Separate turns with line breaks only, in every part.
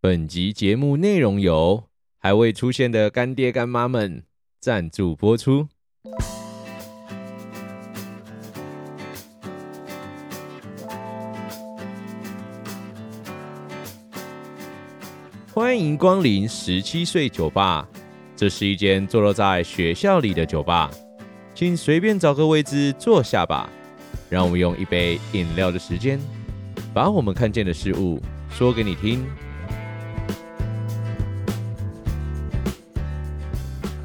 本集节目内容由还未出现的干爹干妈们赞助播出。欢迎光临十七岁酒吧，这是一间坐落在学校里的酒吧，请随便找个位置坐下吧。让我们用一杯饮料的时间，把我们看见的事物说给你听。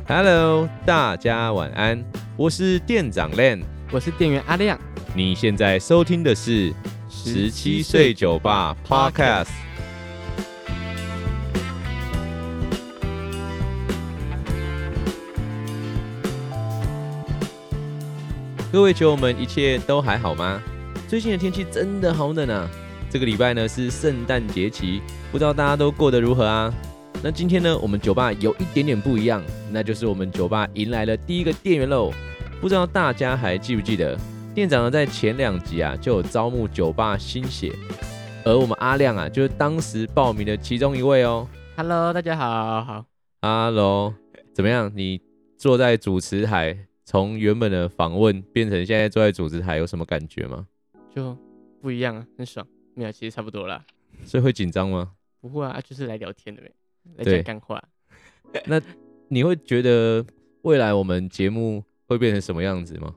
Hello，大家晚安，我是店长 Len，
我是店员阿亮。
你现在收听的是《十七岁酒吧 Podcast》。各位酒友们，一切都还好吗？最近的天气真的好冷啊！这个礼拜呢是圣诞节期，不知道大家都过得如何啊？那今天呢，我们酒吧有一点点不一样，那就是我们酒吧迎来了第一个店员喽。不知道大家还记不记得，店长呢在前两集啊就有招募酒吧新血，而我们阿亮啊就是当时报名的其中一位哦。
Hello，大家好，好，
Hello，怎么样？你坐在主持台，从原本的访问变成现在坐在主持台，有什么感觉吗？
就不一样啊，很爽。没有，其实差不多啦。
所以会紧张吗？
不会啊，就是来聊天的呗，来
对
讲干话。
你会觉得未来我们节目会变成什么样子吗？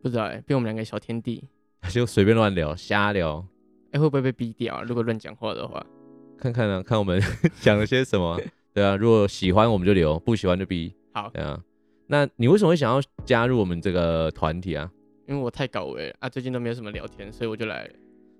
不知道哎、被我们两个小天地，
就随便乱聊、瞎聊，
哎、会不会被逼掉啊？如果乱讲话的话，
看看啊，看我们 讲了些什么啊。对啊，如果喜欢我们就留，不喜欢就逼。
好
对啊。那你为什么会想要加入我们这个团体啊？
因为我太搞味了啊，最近都没有什么聊天，所以我就来了，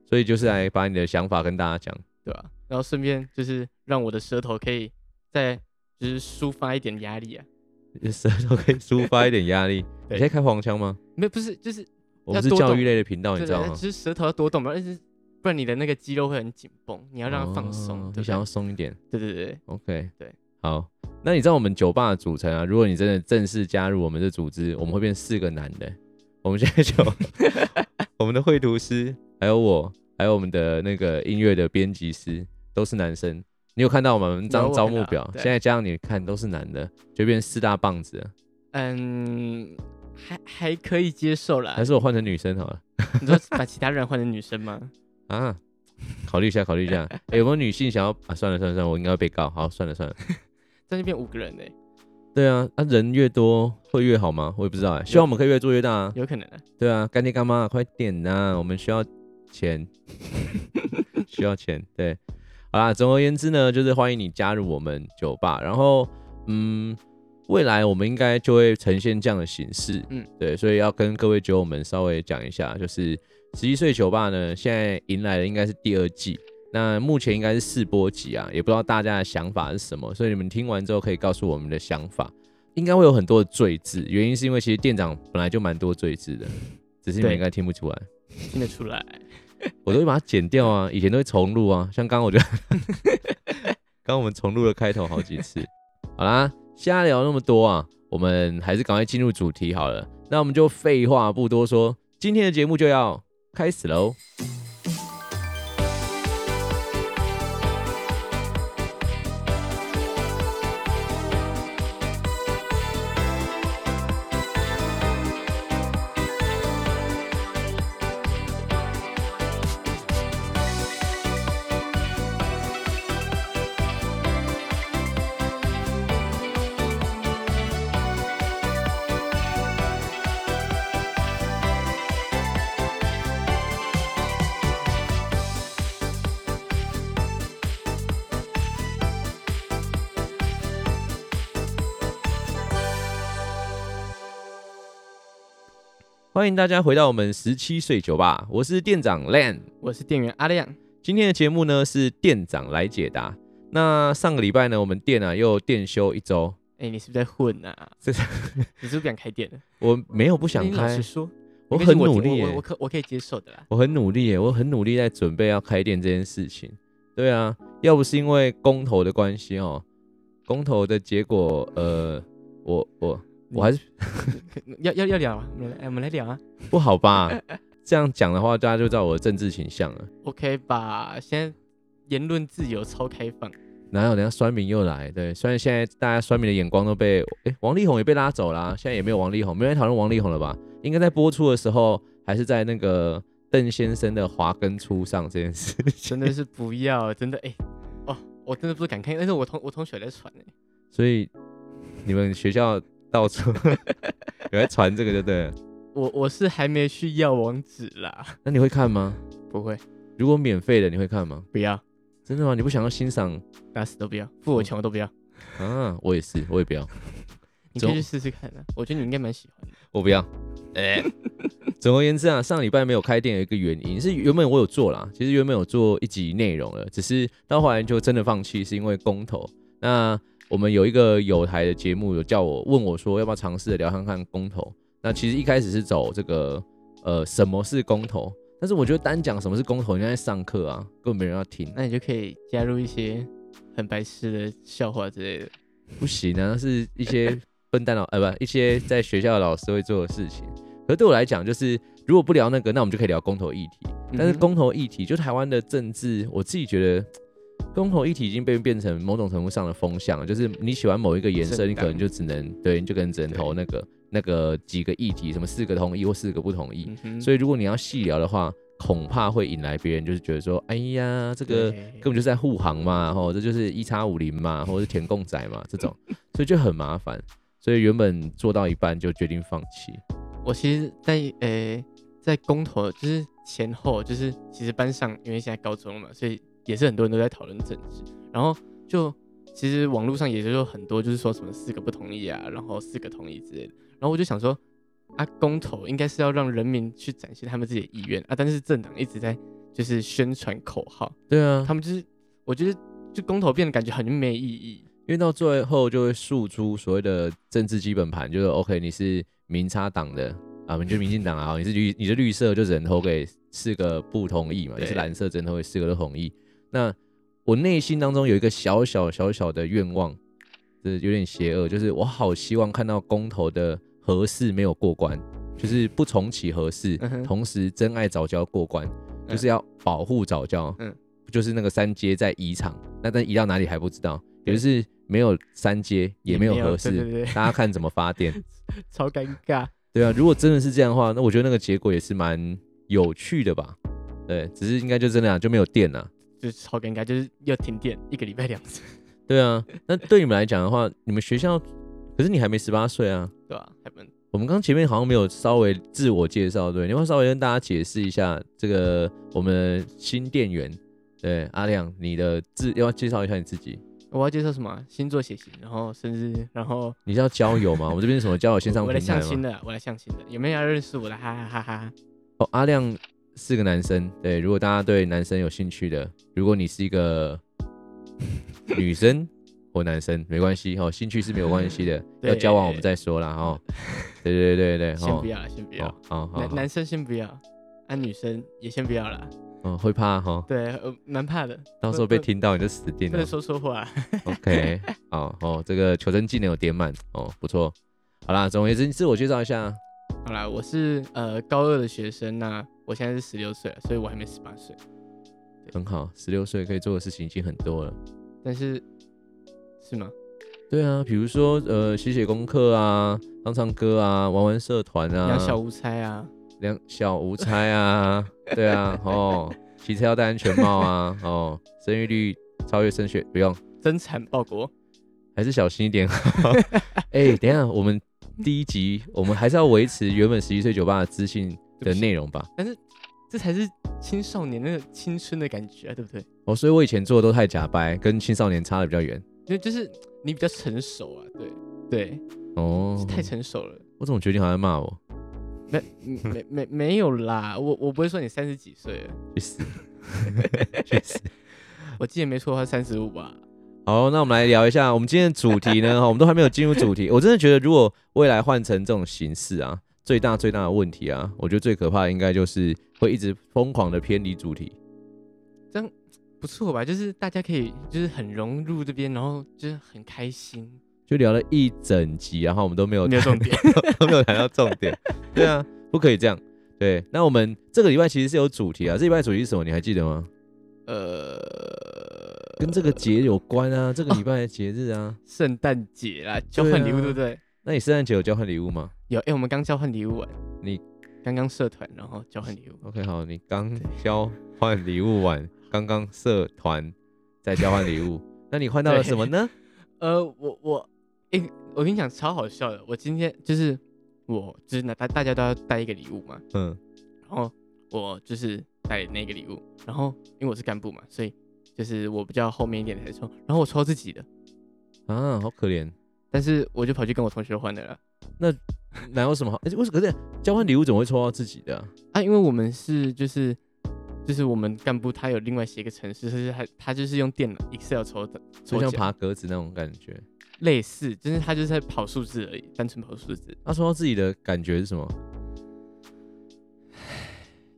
所以就是来把你的想法跟大家讲。
对吧、然后顺便就是让我的舌头可以再就是抒发一点压力啊。
舌头可以抒发一点压力。你
对
现在开黄腔吗？
没有，不是，就是
我们是
要多动
教育类的频哦道，你
对
知道
的，
吗
就？是舌头要多动嘛，但是不然你的那个肌肉会很紧绷，你
你
要让它放松。对不
哦你
对
想要松一点
对对对，对
，OK，
对，
好。那你知道我们酒吧的组成啊？如果你真的正式加入我们的组织，我们会变四个男的。我们现在 就我们的绘图师，还有我，还有我们的那个音乐的编辑师，都是男生。你有看到我们
有
张
我
招
看
募
到
表？
对
现在加上你看都是男的，就变四大棒子了。
嗯，还还可以接受啦
还。是我换成女生好了
你说把其他人换成女生吗？
啊？考虑一下，考虑一下。哎、有没有女性想要啊？算了算了算了，我应该会被告。好，算了算了。
这样就变五个人嘞、
对啊，那、人越多会越好吗？我也不知道哎、希望我们可以越做越大啊。
有可能、啊。
对啊，干爹干妈快点呐、我们需要钱， 需要钱。对，好啦，总而言之呢，就是欢迎你加入我们酒吧。然后，嗯，未来我们应该就会呈现这样的形式。嗯
嗯，
对，所以要跟各位酒友们稍微讲一下，就是十一岁酒吧呢，现在迎来的应该是第二季。那目前应该是试播集啊，也不知道大家的想法是什么，所以你们听完之后可以告诉我们的想法。应该会有很多的罪字，原因是因为其实店长本来就蛮多罪字的，只是你们
对
应该听不出来，
听得出来，
我都会把它剪掉啊，以前都会重录啊，像刚刚我就， 刚刚我们重录了开头好几次。 好啦，瞎聊那么多啊，我们还是赶快进入主题好了。那我们就废话不多说，今天的节目就要开始喽。欢迎大家回到我们十七岁酒吧，我是店长 Lan。
我是店员阿亮，
今天的节目呢是店长来解答。那上个礼拜呢，我们店啊又店休一周，
哎、你是不是在混啊？
这是
你是不是不想开店的？
我没有不
不
想
老
开
实，说，
我
没关
很
系
努
听
力
我我我
耶，
可我可以接受的啦。
我很努力耶，我很努力在准备要开店这件事情。对啊，要不是因为公投的关系哦，公投的结果，呃，我我我还是
要要要聊啊，我们来哎我们来聊啊。
不好吧？这样讲的话，大家就知道我的政治倾向了。
OK 吧，现在言论自由超开放，
哪有人家酸民又来？对，虽然现在大家酸民的眼光都被，哎，王力宏也被拉走啦、现在也没有王力宏，没人讨论王力宏了吧？应该在播出的时候，还是在那个邓先生的华根初上这件事情。
真的是不要，真的哎、哦，我真的不敢看，但是我同我同学有在传哎、
所以你们学校到处 有在传这个，对不对了？
我我是还没去要网址啦，
那你会看吗？
不会，
如果免费的，你会看吗？
不要，
真的吗？你不想要欣赏
打死都不要，付我钱我都不要，
啊？我也是，我也不要，
你可
走
以去试试看啊，我觉得你应该蛮喜欢的，
我不要。哎，总而言之啊，上礼拜没有开店有一个原因是原本我有做啦，其实原本有做一集内容了，只是到后来就真的放弃，是因为公投。那我们有一个有台的节目有叫我问我说要不要尝试地聊看看公投。那其实一开始是走这个呃什么是公投，但是我觉得单讲什么是公投，人家在上课啊，根本没人要听。
那你就可以加入一些很白痴的笑话之类的，
不行啊，是一些笨蛋老呃不一些在学校的老师会做的事情。可对我来讲，就是如果不聊那个，那我们就可以聊公投议题。但是
嗯哼
公投议题，就台湾的政治，我自己觉得公投议题已经被变成某种程度上的风向了。就是你喜欢某一个颜色，
政
你可能
党
就只能
嗯
对，你就可能只能投那个那个几个议题，什么四个同意或四个不同意。
嗯哼，
所以如果你要细聊的话，恐怕会引来别人就是觉得说，哎呀，这个
对嗯
根本就是在护航嘛，吼，这就是一叉五零嘛，或者是填供仔嘛这种，所以就很麻烦。所以原本做到一半就决定放弃。
我其实在，呃在公投就是前后，就是其实班上因为现在高中了嘛，所以也是很多人都在讨论政治，然后就其实网络上也就有很多就是说什么四个不同意啊，然后四个同意之类的，然后我就想说啊，公投应该是要让人民去展现他们自己的意愿啊，但是政党一直在就是宣传口号，
对啊，
他们就是我觉得就公投变得感觉很没意义，
因为到最后就会诉诸所谓的政治基本盘，就是 OK，你是民差党的啊，你就民进党啊，你是绿，你是绿色就只能投给四个不同意嘛，
对
你是蓝色只能投给四个都同意。那我内心当中有一个小小小小的愿望，就是有点邪恶，就是我好希望看到公投的合适没有过关，就是不重启合适
嗯，哼
同时真爱早教过关，
嗯
就是要保护早教，
嗯
就是那个三阶在移场，那但移到哪里还不知道，也
对
就是没有三阶，也没有合适，
对对对，
大家看怎么发电。
超尴尬，
对啊，如果真的是这样的话，那我觉得那个结果也是蛮有趣的吧。对，只是应该就真的啊，就没有电了、
就是超尴尬，就是要停电一个礼拜两次，
对啊，那对你们来讲的话，你们学校，可是你还没十八岁啊。
对吧、还蛮
我们刚前面好像没有稍微自我介绍，对，你要不要稍微跟大家解释一下这个我们的新店员，对阿亮，你的自要不要介绍一下你自己，
我要介绍什么啊星座血型，然后生日，然后
你是要交友 吗？我们这边是什么交友线上
我
平
来
台
相亲
吗？
的，我来相亲的，有没有要认识我的？哈哈哈哈！
哦，阿亮是个男生，对，如果大家对男生有兴趣的，如果你是一个女生或男生，没关系哦，兴趣是没有关系的，
对
要交往我们再说啦，哦，对对对对，
先
哦
不，要了，先不要
哦，，好好
男，男生先不要，啊，女生也先不要了，
嗯，会怕哈，哦
对，呃，蛮怕的，
到时候被听到你就死定
不
了
能。说错话，
OK，好哦，这个求生技能有点满哦，不错。好啦，总而言之，自我介绍一下。
好啦，我是呃高二的学生，那我现在是十六岁了，所以我还没十八岁，
很好，十六岁可以做的事情已经很多了。
但是是吗？
对啊，比如说呃，写写功课啊，唱唱歌啊，玩玩社团啊，
养小无猜啊，
两 小无猜啊，对啊，哦，骑车要戴安全帽啊，哦，生育率超越升学不用，
增产报国，
还是小心一点好。 哎、等一下我们第一集我们还是要维持原本十一岁酒吧的资讯
对
的
不起
内容吧。
这才是青少年那个青春的感觉啊，对不对？
哦，所以我以前做的都太假掰，跟青少年差的比较远。
因为就是你比较成熟啊，对对，
哦
是，太成熟了。
我总觉得你好像在骂我，
没 没没没有啦，我我不会说你三十几岁了，
去死， 去死。
我记得没错的话三十五吧。
好，那我们来聊一下我们今天的主题 呢。哈，我们都还没有进入主题。我真的觉得，如果未来换成这种形式啊，最大最大的问题啊，我觉得最可怕的应该就是会一直疯狂的偏离主题。
不错吧？就是大家可以就是很融入这边，然后就是很开心，
就聊了一整集，然后我们都没有
没有重点。
都没有谈到重点。对啊，不可以这样。对，那我们这个礼拜其实是有主题啊，这礼拜主题是什么？你还记得吗？
呃，
跟这个节有关啊，这个礼拜的节日啊。
圣诞节啦，交换礼物对不对？
那你圣诞节有交换礼物吗
有，哎、我们刚交换礼物完，
你
刚刚社团，然后交换礼物，
？OK，好，你刚交换礼物 完，刚刚社团在交换礼物，那你换到了什么呢？
呃，我我，哎、我跟你讲超好笑的，我今天就是我就是拿大大家都要带一个礼物嘛，
嗯，
然后我就是带那个礼物，然后因为我是干部嘛，所以就是我比较后面一点才抽，然后我抽自己的，
啊，好可怜。
但是我就跑去跟我同学换的了
哪有什么好？诶为什么？可是交换礼物怎么会抽到自己的啊、
啊，因为我们是就是就是我们干部他有另外写一个程式，就是他他就是用电脑 Excel 抽的，
就
抽
像
奖
爬格子那种感觉。
类似，就是他就是在跑数字而已，单纯跑数字，
那、啊抽到自己的感觉是什么？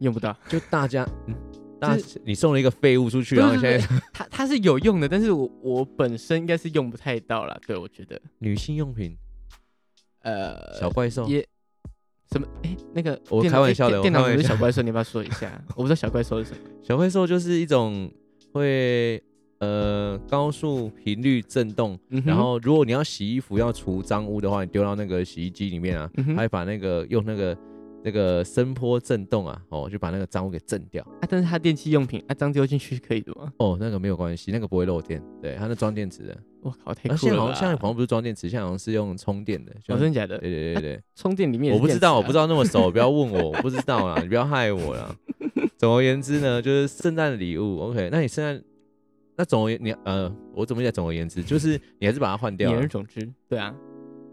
用不到。
就大家，嗯， 大
就
你送了一个废物出去，
不
然后
是
啊现
不是
在
它它是有用的，但是我我本身应该是用不太到啦。对我觉得，
女性用品
呃，
小怪兽，
也什么哎、那个
我
电脑
开玩
诶
笑的我
电电脑
开玩
不是小怪兽，你要不要说一下？ 我不知道小怪兽是什么。
小怪兽就是一种会呃高速频率震动，
嗯哼
然后如果你要洗衣服要除脏污的话，你丢到那个洗衣机里面啊，
嗯哼
它会把那个用那个那个声波震动啊，哦，就把那个脏污给震掉。
啊，但是它电器用品啊，脏丢进去可以的吗？
哦，那个没有关系，那个不会漏电，对，它那装电池的。
我靠，太
然后
酷
啊现在
了
好
吧！
像现在好像不是装电池，现在好像是用充电的。就
哦，真的假的？
对对对对
充电里面
对，我
也是
不知
电池啊
道，我不知。道那么熟，不要问我，我不知道啦，你不要害我啦。总而言之呢，就是圣诞礼物，OK？那你圣诞，那总而言你呃，我怎么讲？总而言之，就是你还是把它换掉
言
了
而总之，对啊，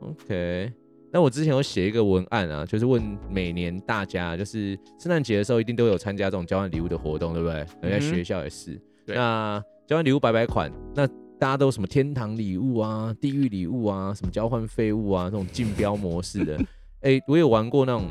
，OK？那我之前有写一个文案啊，就是问每年大家，就是圣诞节的时候一定都有参加这种交换礼物的活动，对不对？而在
嗯哼
学校也是。
对
那交换礼物百百款，那大家都有什么天堂礼物啊、地狱礼物啊、什么交换废物啊这种竞标模式的。哎、我有玩过那种，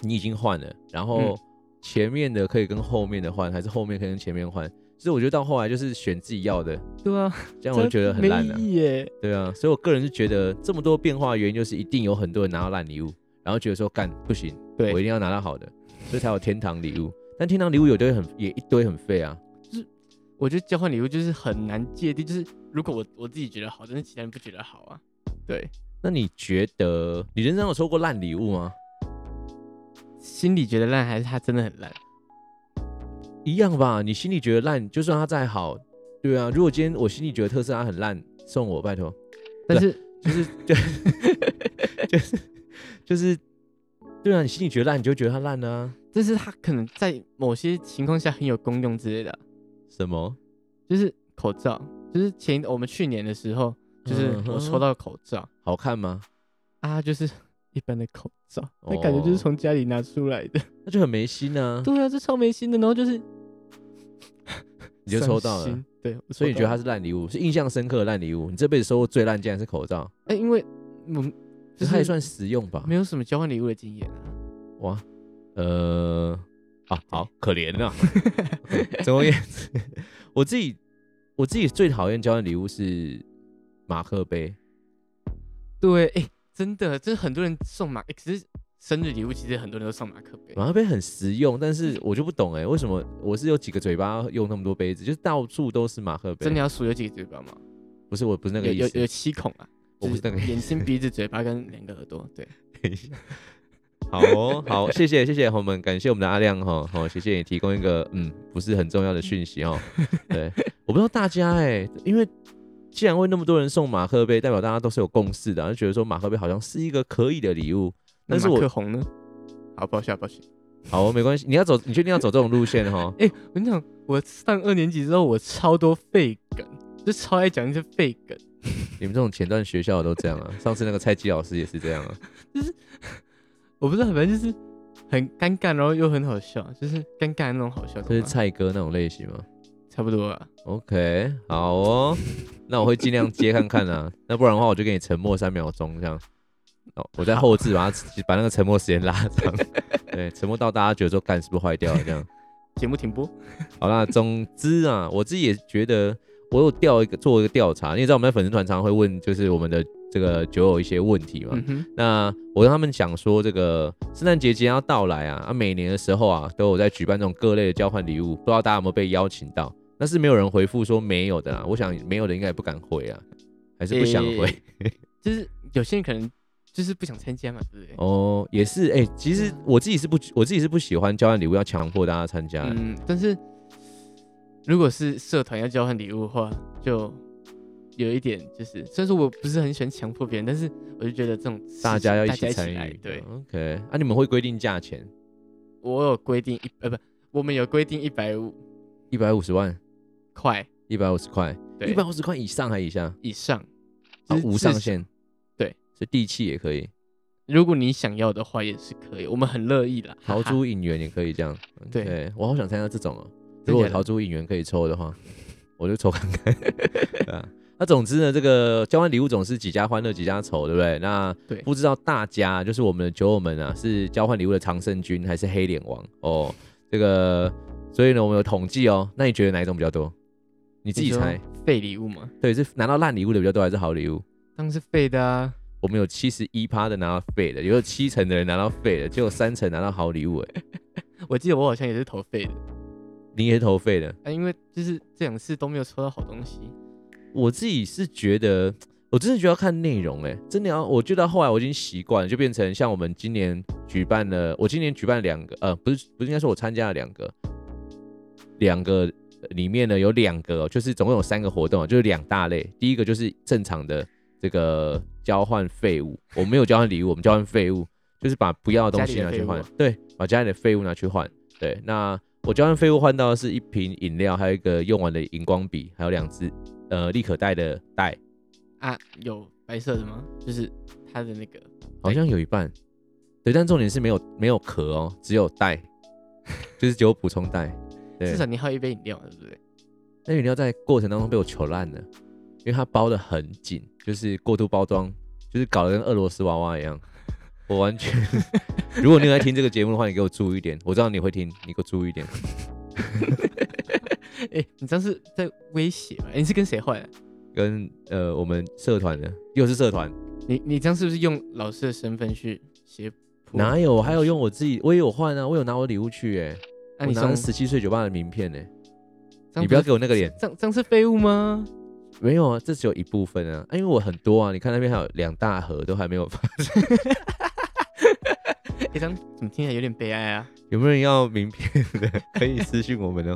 你已经换了，然后
嗯
前面的可以跟后面的换，还是后面可以跟前面换。其实我觉得到后来就是选自己要的，
对啊，
这样我就觉得很烂了、
没意义耶。
对啊，所以我个人是觉得这么多变化的原因就是一定有很多人拿到烂礼物，然后觉得说干不行，
对
我一定要拿到好的，所以才有天堂礼物。但天堂礼物有的很也一堆很废啊，
我觉得交换礼物就是很难界定，就是如果我我自己觉得好，但是其他人不觉得好啊。对，
那你觉得你人生有收过烂礼物吗？
心里觉得烂还是他真的很烂？
一样吧，你心里觉得烂，就算它再好，对啊。如果今天我心里觉得特斯拉很烂，送我拜托，
但是
就是就就是就是，对啊，你心里觉得烂，你就觉得它烂啊。
但是他可能在某些情况下很有功用之类的啊，
什么？
就是口罩，就是前我们去年的时候，就是
嗯哼
我抽到口罩、
好看吗？
啊，就是 一般的口罩，那感觉就是从家里拿出来 的。
那就很没心啊，
对啊，这超没心的，然后就是
你就抽到
伤
了
心。。对，我
所以你觉得
抽到
它
了
是烂礼物，是印象深刻的烂礼物？你这辈子收过最烂竟然是口罩，
哎、因为我们
这
就是
它也算实用吧？
没有什么交换礼物的经验啊。
哇，呃，啊，好可怜 啊。总而言之， 我自己我自己最讨厌交换礼物是马克杯，
对，哎、真的，就是很多人送马，欸可是生日礼物其实很多人都送马克杯。
马克杯很实用，但
嗯
是我就不懂哎、为什么我是有几个嘴巴用那么多杯子，就是到处都是马克杯。
真的要数有几个嘴巴吗？
不是，我不是那个
有
意
有
思
有，七孔啊！
我不是那个
就
意
眼
思。
睛、鼻子、嘴巴跟两个耳朵。对，
等一下。好哦，好，谢谢谢谢我们，感谢我们的阿亮哈，好、谢谢你提供一个嗯不是很重要的讯息 哦。对，我不知道大家哎、因为既然会那么多人送马克杯，代表大家都是有共识的啊、就觉得说马克杯好像是一个可以的礼物。但
那
是
马克
我
红呢？好，抱歉，抱歉。
好、哦，没关系，你要走，你确定要走这种路线哈、
哎、我跟你讲，我上二年级之后，我超多废梗，就超爱讲一些废梗。
你们这种前段学校的都这样啊，上次那个蔡基老师也是这样 啊。
我不知道，反正就是很尴尬，然后又很好笑，就是尴尬的那种好笑。
这是
懂吗
蔡哥那种类型吗
差不多啊。
？OK，好哦，那我会尽量接看看啊，那不然的话我就给你沉默三秒钟这样。哦，我在后置把它把那个沉默时间拉长，对，沉默到大家觉得说干是不是坏掉了这样。
节目停播，
好啦，总之啊，我自己也觉得，我有调一个做一个调查，你也知道我们在粉丝团常常会问，就是我们的这个酒友一些问题嘛。
嗯哼，
那我跟他们讲说，这个圣诞节即将要到来啊，啊，每年的时候啊，都有在举办这种各类的交换礼物，不知道大家有没有被邀请到？那是没有人回复说没有的啦。我想没有的应该也不敢回啊，还是不想回。
诶就是有些人可能就是不想参加嘛，对不对？
哦，也是，哎、其实我自己是不，我自己是不喜欢交换礼物要强迫大家参加的。
嗯，但是如果是社团要交换礼物的话，就有一点就是，虽然说我不是很喜欢强迫别人，但是我就觉得这种事情
大家要一
大
起
家
参
来
与，
对
，OK。啊，你们会规定价钱
我有规定一呃不，我们有规定一百五
一百五十万、
块，
一百五十块、
对，
一百五十块以上还以下，
以上，
啊
就，是
无上
至少。
限。
对，
所以地契也可以，
如果你想要的话，也是可以，我们很乐意啦。
豪
哈哈，
猪引援也可以这样。
对
OK，我好想参加这种哦、
真
如果
假
我
的
豪猪引援可以抽的话， 我就抽看看。 对啊。那总之呢，这个交换礼物总是几家欢乐几家愁，对不对？那
对
不知道大家就是我们的酒友们啊，是交换礼物的常胜军还是黑脸王哦？这个，所以呢，我们有统计哦。那你觉得哪一种比较多？你自己
你说
猜，
废礼物嘛，
对，是拿到烂礼物的比较多，还是好礼物？
当然是废的啊。
我们有七十一趴的拿到废的，也有七成的人拿到废的，只有三成拿到好礼物。哎，
我记得我好像也是投废的
你也是投废的，
啊，因为就是这两次都没有抽到好东西。
我自己是觉得，我真的觉得要看内容哎、真的要，我觉得后来我已经习惯了，就变成像我们今年举办了，我今年举办两个，呃，不是不是应该说我参加了两个，两个呃里面呢有两个哦，就是总共有三个活动啊，就是两大类，第一个就是正常的这个交换废物，我们没有交换礼物，我们交换废物，就是把不要的东西拿去换
家里的废，啊
对，把家里的废物拿去换，对，那。我交换废物换到的是一瓶饮料，还有一个用完的荧光笔，还有两支呃立可带的带，
啊，有白色的吗？就是它的那个
好像有一半。对，但重点是没有没有壳哦，只有带， 就是只有补充带。对
至，少你还有一杯饮料，对不对？
那饮料在过程当中被我求烂了，因为它包的很紧，就是过度包装，就是搞得跟俄罗斯娃娃一样。我完 全，如果你有在听这个节目的话，你给我注意一点。我知道你会听，你给我注意一点。
哎、你这样是在威胁吧？诶你是跟谁换、啊？
跟呃，我们社团的又是社团，
你你这样是不是用老师的身份去胁迫？
哪有？我还有用我自己，我也有换啊，我有拿我礼物去哎、我
那、啊你
拿
上
十七岁酒吧的名片呢、欸
这样
你不要
是
给我那个脸，
这样这样是废物吗？
没有啊，这只有一部分啊，啊因为我很多啊，你看那边还有两大盒都还没有发，
哎、这样怎么听起来有点悲哀啊？
有没有人要名片的？ 可以私信我们哦。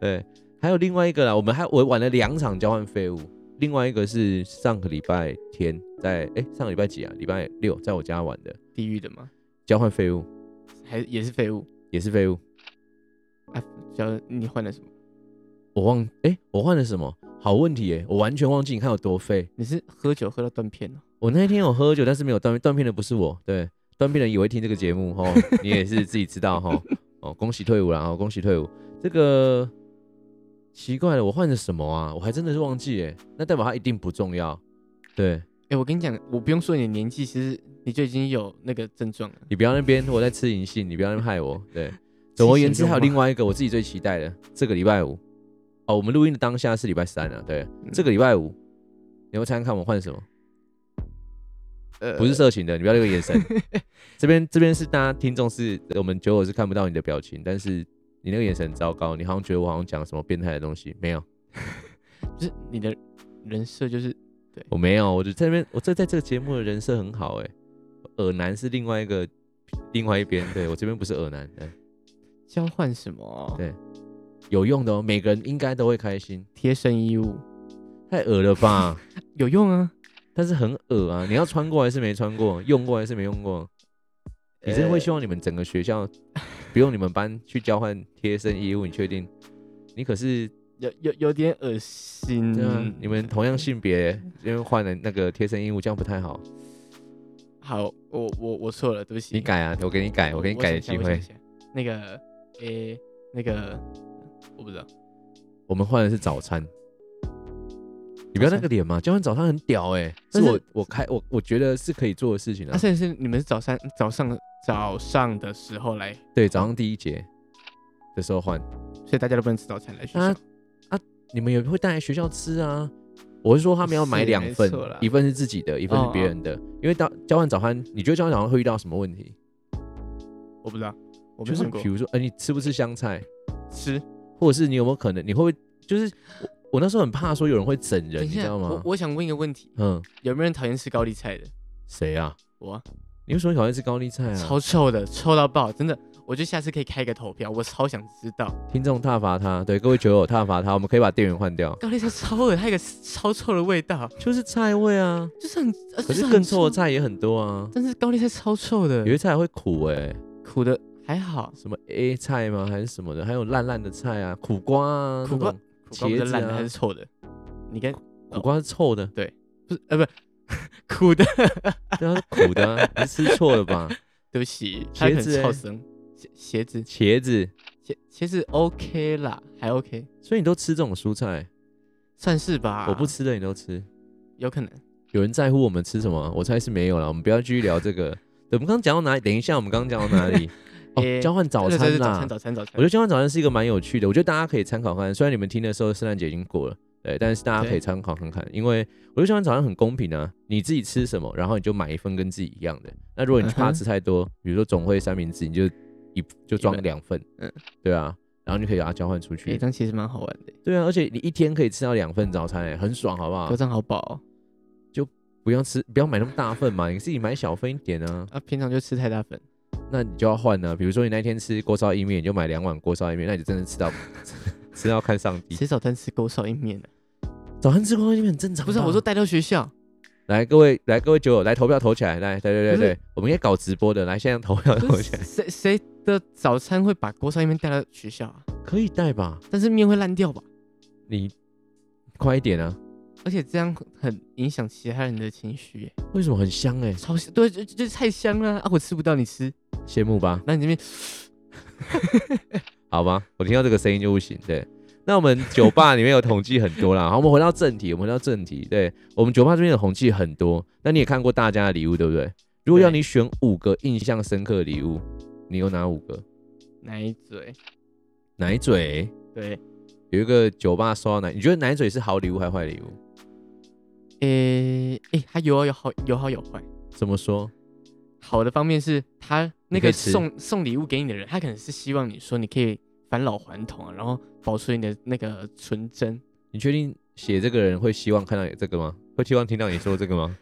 对，还有另外一个啦，我们还我玩了两场交换废物，另外一个是上个礼拜天在哎上个礼拜几啊？礼拜六在我家玩的
地狱的吗？
交换废物，
还也是废物？
也是废物，
小你换了什么？
我忘哎我换了什么？好问题哎，我完全忘记你看有多废。
你是喝酒喝到断片哦了、
我那一天有喝酒，但是没有断片断片的不是我，对，断片的也会听这个节目哦，你也是自己知道哈，哦，恭喜退伍啦，哦，恭喜退伍。这个奇怪了，我换了什么啊？我还真的是忘记哎，那代表它一定不重要。对
哎、我跟你讲，我不用说你的年纪，其实你就已经有那个症状了。
你不要那边我在吃银杏，你不要那边害我。对，总而言之，还有另外一个我自己最期待的，这个礼拜五哦，我们录音的当下是礼拜三啊，对，这个礼拜五你要猜猜看我们换什么？
呃
不是色情的，你不要这个眼神。这边这边是大家听众是呃我们酒友是看不到你的表情，但是你那个眼神很糟糕，你好像觉得我好像讲了什么变态的东西，没有，
就是你的人设就是
我没有，我就在这边，我这在这个节目的人设很好哎、耳男是另外一个另外一边，对我这边不是耳男，对
交换什么哦、
对有用的哦，每个人应该都会开心，
贴身衣物
太恶了吧？
有用啊。
但是很恶啊，你要穿过还是没穿过，用过还是没用过，
呃
你真的会希望你们整个学校不用你们班去交换贴身衣物？你确定？你可是
有有有点恶心。
对啊，你们同样性别，因为换了那个贴身衣物，这样不太好。
嗯好，我我我错了，对不起。
你改啊，我给你改，我给你改的
想
机
一下。我
会
想一。下那个，诶、那个，我不知道。
我们换的是早餐，你不要那个脸嘛，交换早餐很屌哎、
但
是
是
我我开我我觉得是可以做的事情
啊，
啊。
甚至是你们是早上早上早上的时候来，
对，早上第一节的时候换，
所以大家都不能吃早餐来学校。
啊你们也会带来学校吃啊。我是说他们要买
是
两份
没错啦，哦
一份是自己的，一份是别人的。因为到交换早餐，你觉得交换早餐会遇到什么问题？
我不知道，我没
就是
看过
比。如说，哎、你吃不吃香菜，
吃
或者是你有没有可能，你会不会就是我我那时候很怕说有人会整人，
等
你
一
知
下，
道
我
吗？
我想问一个问题，
嗯，
有没有人讨厌吃高丽菜的？
谁啊？
我啊、
你为什么讨厌吃高丽菜啊？
超臭的，臭到爆，真的。我觉得下次可以开个投票，我超想知道
听众挞伐他，对各位酒友挞伐他，我们可以把店员换 掉，
高丽菜超恶，它有一个超臭的味道，
就是菜味啊。
就是很，呃
可
就是很
更臭的，菜也很多啊，
但是高丽菜超臭的
有，些菜会苦哎、
苦的还好，
什么 A 菜吗？还是什么的？还有烂烂的菜啊，苦瓜啊，
苦瓜哦
那种
苦瓜不是
茄子
烂的
啊
还是臭的？你跟
苦瓜是臭的，
不是呃不是苦的，
对啊，它是苦的啊、你吃错了吧？
对不起，
茄
它很
子欸
超生。鞋鞋子
茄子，
鞋鞋子 OK 啦，还 OK，
所以你都吃这种蔬菜，
算是吧。
我不吃的你都吃。
有可能
有人在乎我们吃什么？我猜是没有了。我们不要继续聊这个。对我们刚刚讲到哪里？等一下，我们刚刚讲到哪 里？哦，
诶
交换早
对对
餐
对早
啦
餐。早餐早哎
我觉
餐，
得交换早餐是一个蛮有趣的，我觉得大家可以参考看看。虽然你们听的时候圣诞节已经过了，对，但是大家可以
对
参考看看，因为我觉得交换早餐很公平啊。你自己吃什么，然后你就买一份跟自己一样的。那如果你
嗯哼
怕吃太多，比如说总会三明治，你就一就装
一本
两份，嗯
嗯，
对啊，然后你就可以把它交换出
诶
去
这。样其实蛮好玩的，
对啊，而且你一天可以吃到两份早餐、欸，很爽，好不好
多？张好饱哦
不要吃，不要买那么大份嘛，你自己买小份一点啊。
啊！平常就吃太大份，
那你就要换啊。比如说你那天吃锅烧意面，你就买两碗锅烧意面，那你就真的吃到 吃到看上帝。
吃早餐吃狗少一面的，啊
早餐吃锅烧意面很正常吧。
不是我说带到学校，
来各位来各位酒友来投票投起来，来对对对
不是
对，我们应该搞直播的，来现在投 票投
不
起
是
来，
谁谁的早餐会把锅烧一面带到学校啊？
可以带吧？
但是面会烂掉吧？
你快一点啊！
而且这样很影响其他人的情绪耶，
为什么很香哎、
超香，对，就就就太香了啊！我吃不到，你吃，
羡慕吧？
那你这边
好吧，我听到这个声音就不行。对，那我们酒吧里面有统计很多 啦。好，我们回到正题，我们回到正题。对我们酒吧这边的统计很多，那你也看过大家的礼物，对不对？如果要
对
你选五个印象深刻的礼物，你有哪五个？
奶嘴，
奶嘴
对，
有一个酒吧收到奶，你觉得奶嘴是好礼物还是坏礼物？
诶、诶、它有好有好有好有坏。
怎么说？
好的方面是，他那
你可以
个
吃
送送礼物给你的人，他可能是希望你说你可以返老还童啊，然后保持你的那个纯真。
你确定写这个人会希望看到你这个吗？会希望听到你说这个吗？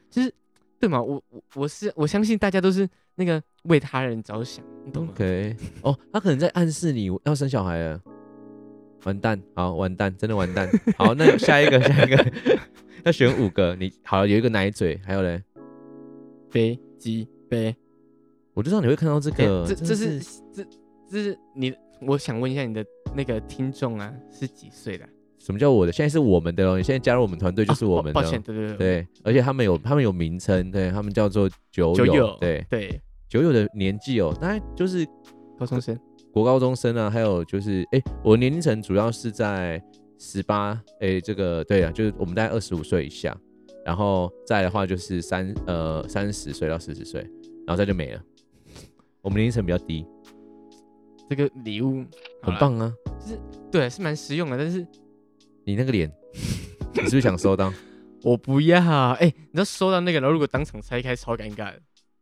对嘛？我我我是我相信大家都是那个为他人着想，你 懂吗
OK，哦，他可能在暗示你要生小孩了，完蛋，好，完蛋，真的完蛋。好，那下一个，下一个， 要选五个，你好，有一个奶嘴，还有嘞，
飞机杯，
我就知道你会看到这
诶
个，
这
真
这
的
是这这是你，我想问一下你的那个听众啊，是几岁的啊？
什么叫我的？现在是我们的哦，你现在加入我们团队就是
啊
我
抱
们的
抱
哦、
歉，对对对
对，而且他们有他们有名称，对他们叫做酒友，
酒友
对
对，
酒友的年纪哦，大概就是
高中生
国高中生啊，还有就是，哎、我的年龄层主要是在十八，哎，这个对啊，就是我们大概二十五岁以下，然后再的话就是三呃三十岁到四十岁，然后再就没了。 我们年龄层比较低，
这个礼物
很，棒啊！
好啦对，是蛮实用的，但是
你那个脸， 你是不是想收到？
我不要，哎、你知道收到那个，然后如果当场拆开，超尴尬的。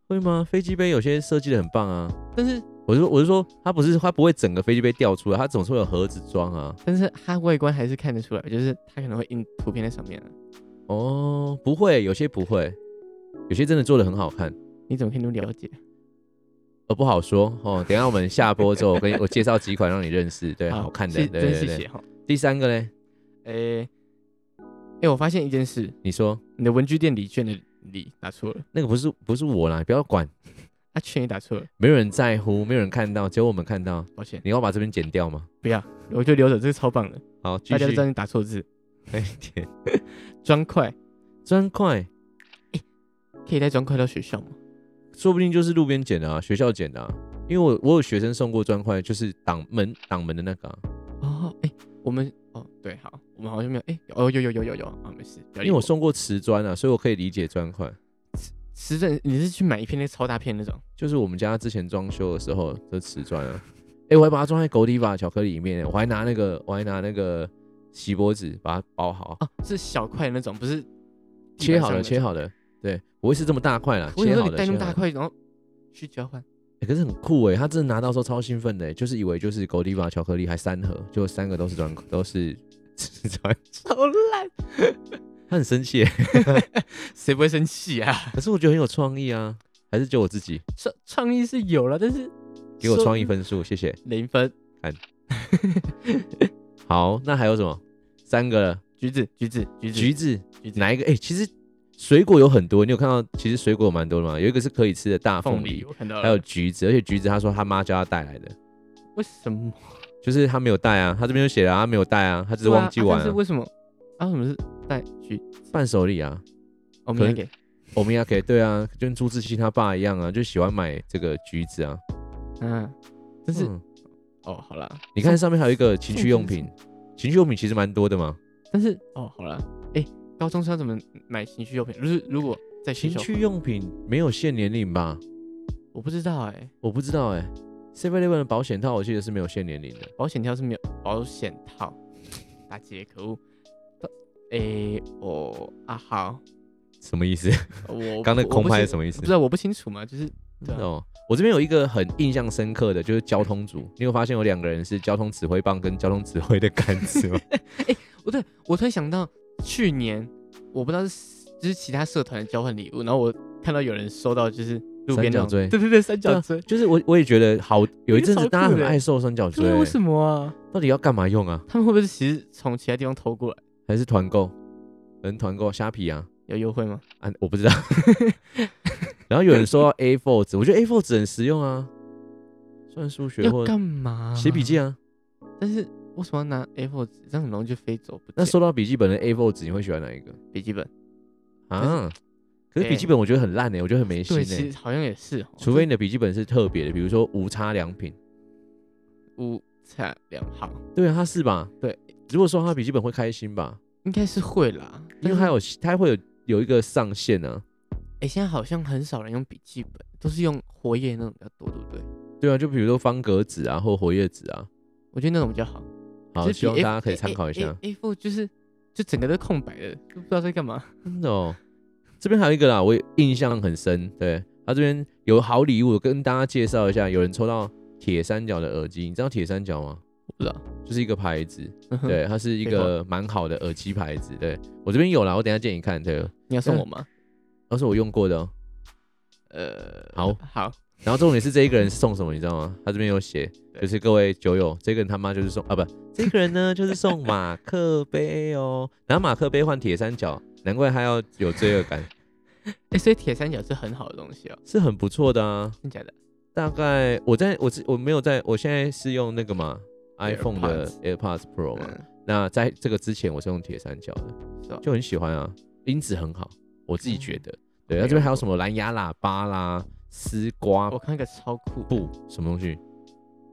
会吗？飞机杯有些设计的很棒啊。
但是，
我是说我是说，它不是它不会整个飞机杯掉出来，它总是会有盒子装啊。
但是它外观还是看得出来，就是它可能会印图片在上面、啊、
哦，不会，有些不会，有些真的做的很好看。
你怎么可以那么了解？
呃，不好说哦。等一下我们下播之后，我跟你我介绍几款让你认识，对，好看的，
谢
对
真
对
谢
对。
谢哈。
第三个呢，
哎、哎、我发现一件事，
你说
你的文具店礼券的礼打错了，
那个不是不是我啦，你不要管，
啊，券也打错了，
没有人在乎，没有人看到，只有我们看到。
抱歉，
你要把这边剪掉吗？
不要，我就留着，这个超棒的，
好，继
大家都
续
知道。你打错字，
快一点，
砖块
砖块，
可以带砖块到学校吗？
说不定就是路边捡的啊，学校捡的啊。因为我我有学生送过砖块，就是挡门挡门的那个啊、
哦，哎、我们哦，对，好，我们好像没有，哎、哦，有有有有有啊，没事，不要
因
理
为我送过瓷砖啊，所以我可以理解砖块。
实证，你是去买一片那个超大片那种。
就是我们家之前装修的时候的瓷砖啊， 哎、我还把它装在狗底把巧克力里面，我还拿那个我还拿那个锡箔纸把它包好，
哦，是小块的那种，不是
切好了，切。好了，对，不会是这么大块啦，
我想
切
说
好
你
了，
带那么
切好
大
了
块，然后去 交换，
欸可是很酷哎、他真的拿到时候超兴奋的欸、就是以为就是狗底把巧克力还三盒，就三个都是砖，都是 超
好烂，
他很生气耶，
谁不会生气啊？
可是我觉得很有创意啊，还是就我自己
创创意是有了，但是
给我
说
创意分数，谢谢。
零分。
好，那还有什么？三个了，
橘子，橘子，橘子，
橘子，
橘子
哪一个？哎、其实水果有很多，你有看到？其实水果有蛮多的嘛，有一个是可以吃的大
凤
啊凤
梨，呃
梨，
我看到了。
还有橘子，而且橘子他说他妈叫他带来的，
为什么？
就是他没有带啊，他这边就写了他没有带啊，他只是忘记
对啊
玩
啊但是
啊、
为什么？啊，为什么是带橘？哦
伴手礼啊。
我
可能
们来给
我们也可以对啊，就跟朱自清他爸一样啊，就喜欢买这个橘子啊。
嗯，
但
是
嗯
哦，好啦，
你看上面还有一个情趣用品，情趣用品其实蛮多的嘛。
但是哦，好啦，哎、高中生要怎么买情趣用品？就是如果在学
情
校，
趣用品没有限年龄吧？
我不知道哎、
我不知道哎、7 Seven Eleven 的保险套我记得是没有限年龄的。
保险套是没有保险套，打结可恶。哎、哦啊好，
什么意思？
我
刚那
我
空
不
拍是
清
什么意思
不知？道，我不清楚嘛，就是对啊
哦，我这边有一个很印象深刻的，就是交通组。你有发现有两个人是交通指挥棒跟交通指挥的杆子吗？
我对我突然想到去年，我不知道是就是其他社团的交换礼物，然后我看到有人收到就是 路边那
三角
种
锥
对对对，三
对
角
啊
锥，
就是我我也觉得好，有一阵
超
子
酷
大家很
的
爱瘦三角锥
对啊，为
欸，
什么啊？
到底要干嘛用啊？
他们会不会是其实从其他地方偷过来？
还是团购？人团购虾皮啊？
有优惠吗？
啊，我 不知道。然后有人说到 A4 纸，我觉得 A4 纸很实用啊，算数学
要
或
干嘛？
写笔记。啊。
但是为什么要拿 A4 纸？这样很容易就飞走不见。
那收到笔记本的 A4 纸，你会喜欢哪一个
笔记本，
啊？可是
哎
笔记本我觉得很烂哎、我觉得很没心
对，
哎、
其实好像也是哦，
除非你的笔记本是特别的，比如说无差良品。
五彩良好，
对啊，他是吧？
对，
如果说他笔记本会开心吧，
应该是会啦。
因为
还
他有他会有有一个上限啊。
哎，现在好像很少人用笔记本，都是用活页那种比较多，对不对？
对啊，就比如说方格子啊，或活页纸啊。
我觉得那种比较好。
好，
就是
希望
比
大家
A-
可以参考一下。
A- A- A4 就是就整个都空白的，都不知道在干嘛。
真的哦，这边还有一个啦，我印象很深。对他这边有好礼物，跟大家介绍一下，有人抽到铁三角的耳机，你知道铁三角吗？
我不知道。
就是一个牌子，
嗯哼，
对，它是一个蛮好的耳机牌子。对我这边有啦，我等一下借你看。对，
你要送我吗？
都是我用过的哦。
呃，
好
好，
然后重点是这一个人是送什么，你知道吗？他这边有写，
对
就是各位酒友，这个人他妈就是送啊，不，这个人呢就是送马克杯哦，拿马克杯换铁三角，难怪他要有罪恶感，
哎，所以铁三角是很好的东西哦，
是很不错的啊。
真假的？
大概我在我自我没有在我现在是用那个嘛 iPhone 的 AirPods Pro 嘛，
嗯，
那在这个之前我是用铁三角
是
的
哦，嗯
就很喜欢啊，音质很好，我自己觉得。对，
没有
那这边还有什么蓝牙喇叭啦、丝瓜
我看一个超酷的，
布什么东西？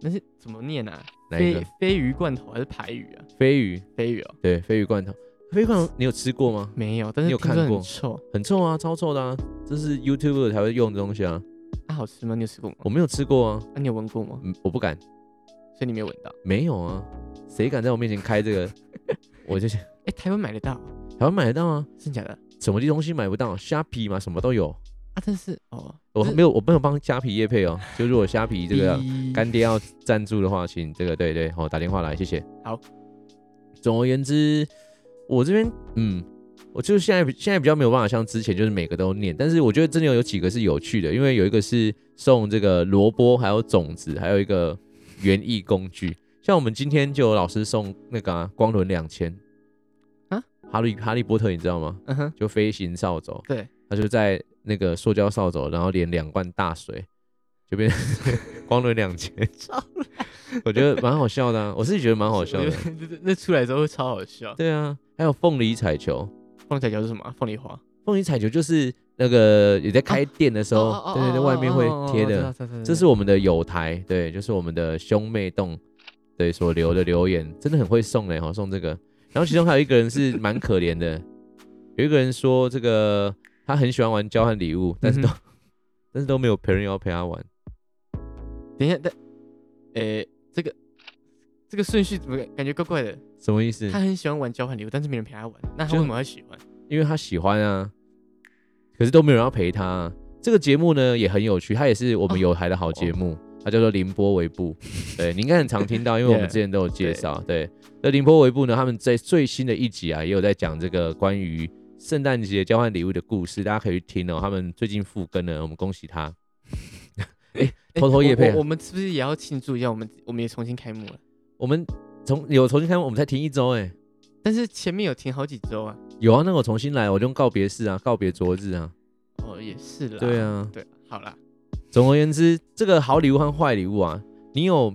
那是怎么念啊？
哪一个
飞？飞鱼罐头还是排鱼啊？
飞鱼，
飞鱼哦，
对，飞鱼罐头，飞鱼 罐头你有吃过吗？
没有，但是
你有
听
看
说
过
很臭。
很臭啊，超臭的啊，这是 YouTube 才会用的东西啊，
它、好吃吗？你有吃过吗？
我没有吃过啊，
啊，你有闻过吗？
嗯，我不敢，
所以你没有闻到。
没有啊，谁敢在我面前开这个？ 我就想，
哎、台湾买得到，
台湾买得到啊，
真假的？啊，
什么东西买不到？虾皮嘛，什么都有。
但是哦，
我
可是
没有，我没有帮虾皮业配哦。就如果虾皮这个啊
哔
干爹要赞助的话，请这个对对，好、打电话来，谢谢。
好。
总而言之，我这边嗯，我就是现在比现在比较没有办法像之前就是每个都念，但是我觉得真的有有几个是有趣的，因为有一个是送这个萝卜，还有种子，还有一个园艺工具。像我们今天就有老师送那个、啊、光轮两千
啊，
哈利哈利波特你知道吗？
嗯哼，
就飞行扫帚，
对，
他就在那个塑胶扫帚，然后连两罐大水，就变成光轮两千，我觉得蛮好笑的、啊，我自己觉得蛮好笑
我
的
觉。得那那那出来之后会超好笑。
对啊，还有凤梨彩球，
凤梨彩球是什么啊？凤梨花。
凤梨彩球就是那个也在开店的时候，哦
哦
对对对，外面会贴的。
的
这是我们的友台，对，就是我们的兄妹洞，对所留的留言，真的很会送嘞，哈，送这个。然后其中还有一个人是蛮可怜的， 有一个人说这个他很喜欢玩交换礼物，但是都、
嗯
但是都没有朋友要陪他玩。
等一下，但诶、这个这个顺序怎么感感觉怪怪的？
什么意思
他？很喜欢玩交换礼物，但是没人陪他玩，那
就
他为什么会喜欢？
因为他喜欢啊，可是都没有人要陪他啊、这个节目呢也很有趣，它也是我们
哦
友台的好节目。它叫做宁波维 布。对，你应该很常听到，因为我们
Yeah，
之前都有介绍。对，那宁波维布呢，他们在最新的一集啊，也有在讲这个关于圣诞节交换礼物的故事，大家可以去听哦。他们最近复更了，我们恭喜他。哎、
诶
偷偷夜配、
我
啊
我我们是不是也要庆祝一下？我们我们也重新开幕了，
我们从有重新看，我们才停一周哎、
但是前面有停好几周啊。
有啊，那我重新来，我就用告别式啊，告别昨日啊。
哦，也是啦。
对，啊，
对，好啦，
总而言之，这个好礼物和坏礼物啊，你有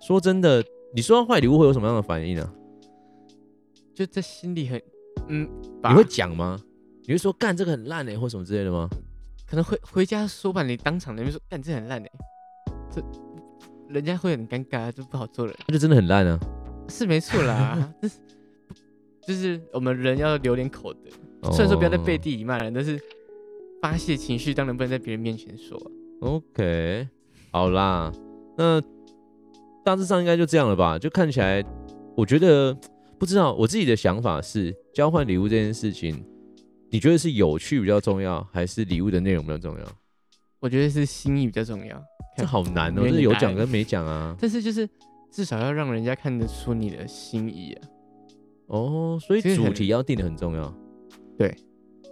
说真的，你收到坏礼物会有什么样的反应啊？
就在心里很，嗯，吧
你会讲吗？你会说干这个很烂哎、或什么之类的吗？
可能回回家说吧，你当场那边说，干这很烂哎、这人家会很尴尬，就不好做人，
那就真的很烂 啊。
是没错 啦，但是就是我们人要留点口德，
哦
虽然说不要在背地里骂人，但是发泄情绪当然不能在别人面前说啊、
哦。OK，好啦，那大致上应该就这样了吧？就看起来，我觉得不知道我自己的想法是，交换礼物这件事情，你觉得是有趣比较重要，还是礼物的内容比较重要？
我觉得是心意比较重要，
这好难哦、
没
这
有
是有
答案
讲跟没讲啊。
但是就是至少要让人家看得出你的心意啊。
哦，所以
其实
主
很
题要定的很重要。
对，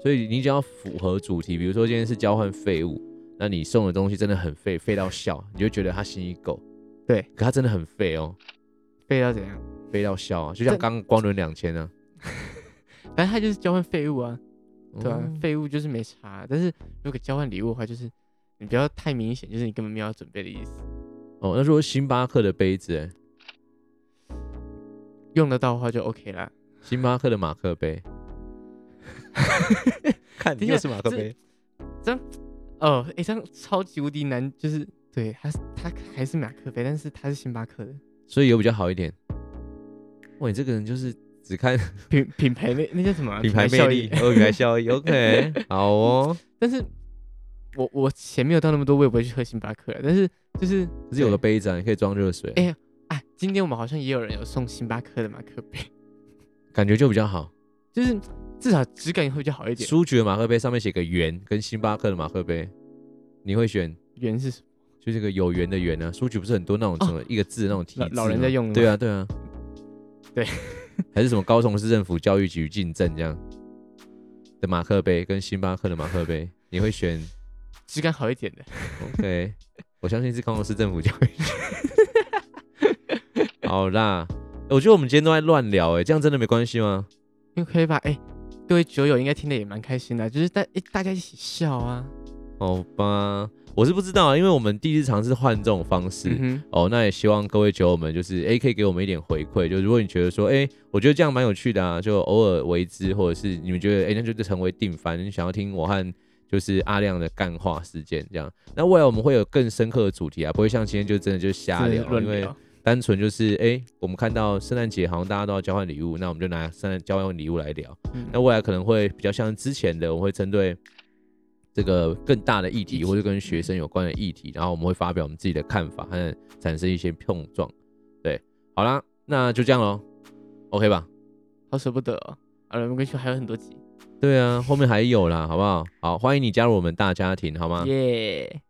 所以你只要符合主题，比如说今天是交换废物，那你送的东西真的很废，废到笑，你就觉得他心意够。
对，
可他真的很废哦，
非要怎样？
废到笑啊，就像
但
刚刚光轮两千啊。
反正他就是交换废物啊，对啊
嗯，
废、物就是没差。但是如果交换礼物的话，就是你不要太明显，就是你根本没有要准备的意思。
哦，那如果星巴克的杯子、欸，
用得到的话就 OK 啦。
星巴克的马克 杯，看
等一下
又是马克杯，
哦，诶，这样超级无敌难，就是对，他他还是马克杯，但是他是星巴克 的
所以有比较好一点。哇，你这个人就是只看
品品牌那那叫什么啊、
品牌魅
效
力
益，
哦，品牌效益，OK，好 哦。
但是我我钱没有到那么多，我也不会去喝星巴克啦。但是就是
可是有个杯子啊，你可以装热水啊，
哎哎，今天我们好像也有人有送星巴克的马克杯，
感觉就比较好。
就是至少质感会比较好一点。
书局的马克杯上面写个“圆”，跟星巴克的马克杯，你会选
原是什么？
就是个有缘的“缘”啊？书局不是很多那种
哦
什么一个字的那种体
老
字
老人
吗
在用的
对
吗
啊，对啊，
对，
还是什么高雄市政府教育局进证这样的马克杯跟星巴克的马克杯，你会选
质感好一点的。
OK，我相信是高雄市政府教 育局。好啦，我觉得我们今天都在乱聊哎、这样真的没关系吗？
因为可以吧？哎、各位酒友应该听得也蛮开心的，啊就是大、诶大家一起笑啊。
好吧，我是不知道啊，因为我们第一次尝试换这种方式。
嗯哼，
哦，那也希望各位酒友们就是诶，可以给我们一点回馈，就如果你觉得说诶，我觉得这样蛮有趣的啊，就偶尔为之，或者是你们觉得诶，那就成为定番，你想要听我和就是阿亮的干话事件这样。那未来我们会有更深刻的主题啊，不会像今天就真的就瞎
真的是
聊，
乱
因为
聊。
单纯就是诶，我们看到圣诞节好像大家都要交换礼物，那我们就拿圣诞交换礼物来聊。
嗯
那未来可能会比较像之前的，我们会针对这个更大的议
议
题，
题
或者跟学生有关的议题，然后我们会发表我们自己的看法和产生一些碰撞。对，好啦，那就这样喽，OK 吧？
好舍不得、哦。好了，没关系，还有很多集。
对啊，后面还有啦，好不好？好，欢迎你加入我们大家庭，好吗？
耶、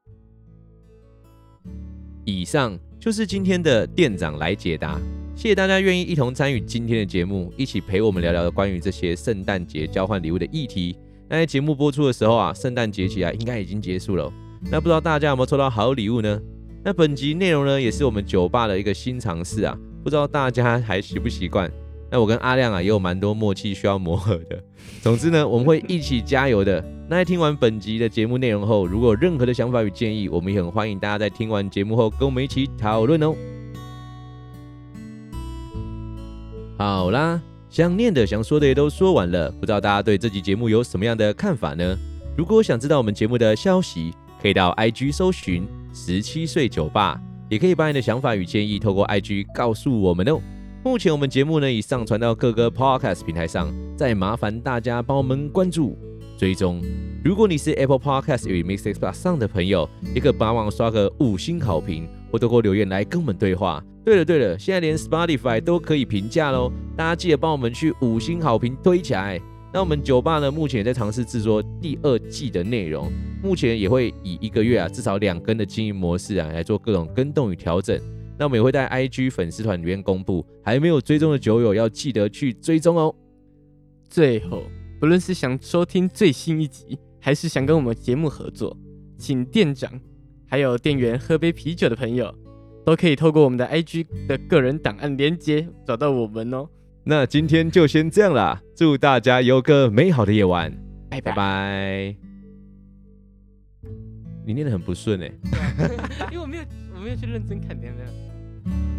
以上就是今天的店长来解答，谢谢大家愿意一同参与今天的节目，一起陪我们聊聊关于这些圣诞节交换礼物的议题。那在节目播出的时候啊，圣诞节期啊应该已经结束了哦，那不知道大家有没有抽到好礼物呢？那本集内容呢，也是我们酒吧的一个新尝试啊，不知道大家还习不习惯？那我跟阿亮啊也有蛮多默契需要磨合的。总之呢，我们会一起加油的。那在听完本集的节目内容后，如果有任何的想法与建议，我们也很欢迎大家在听完节目后跟我们一起讨论哦。好啦，想念的、想说的也都说完了，不知道大家对这集节目有什么样的看法呢？如果想知道我们节目的消息，可以到 IG 搜寻“十七岁酒吧”，也可以把你的想法与建议透过 IG 告诉我们哦。目前我们节目呢已上传到各个 Podcast 平台上，再麻烦大家帮我们关注、追踪。如果你是 Apple Podcast 与 Mix Plus 上的朋友，也可帮忙刷个五星好评，或透过留言来跟我们对话。对了对了，现在连 Spotify 都可以评价喽，大家记得帮我们去五星好评推起来。那我们酒吧呢，目前也在尝试制作第二季的内容，目前也会以一个月啊至少两更的经营模式啊来做各种跟动与调整。那我们也会在 IG 粉丝团里面公布，还没有追踪的酒友要记得去追踪哦。
最后，不论是想收听最新一集，还是想跟我们节目合作，请店长还有店员喝杯啤酒的朋友，都可以透过我们的 IG 的个人档案连接找到我们哦。
那今天就先这样啦，祝大家有个美好的夜晚，
拜拜
拜拜。你念的很不顺哎、欸
哎因为我没有我没有去认真看，等一下等一下。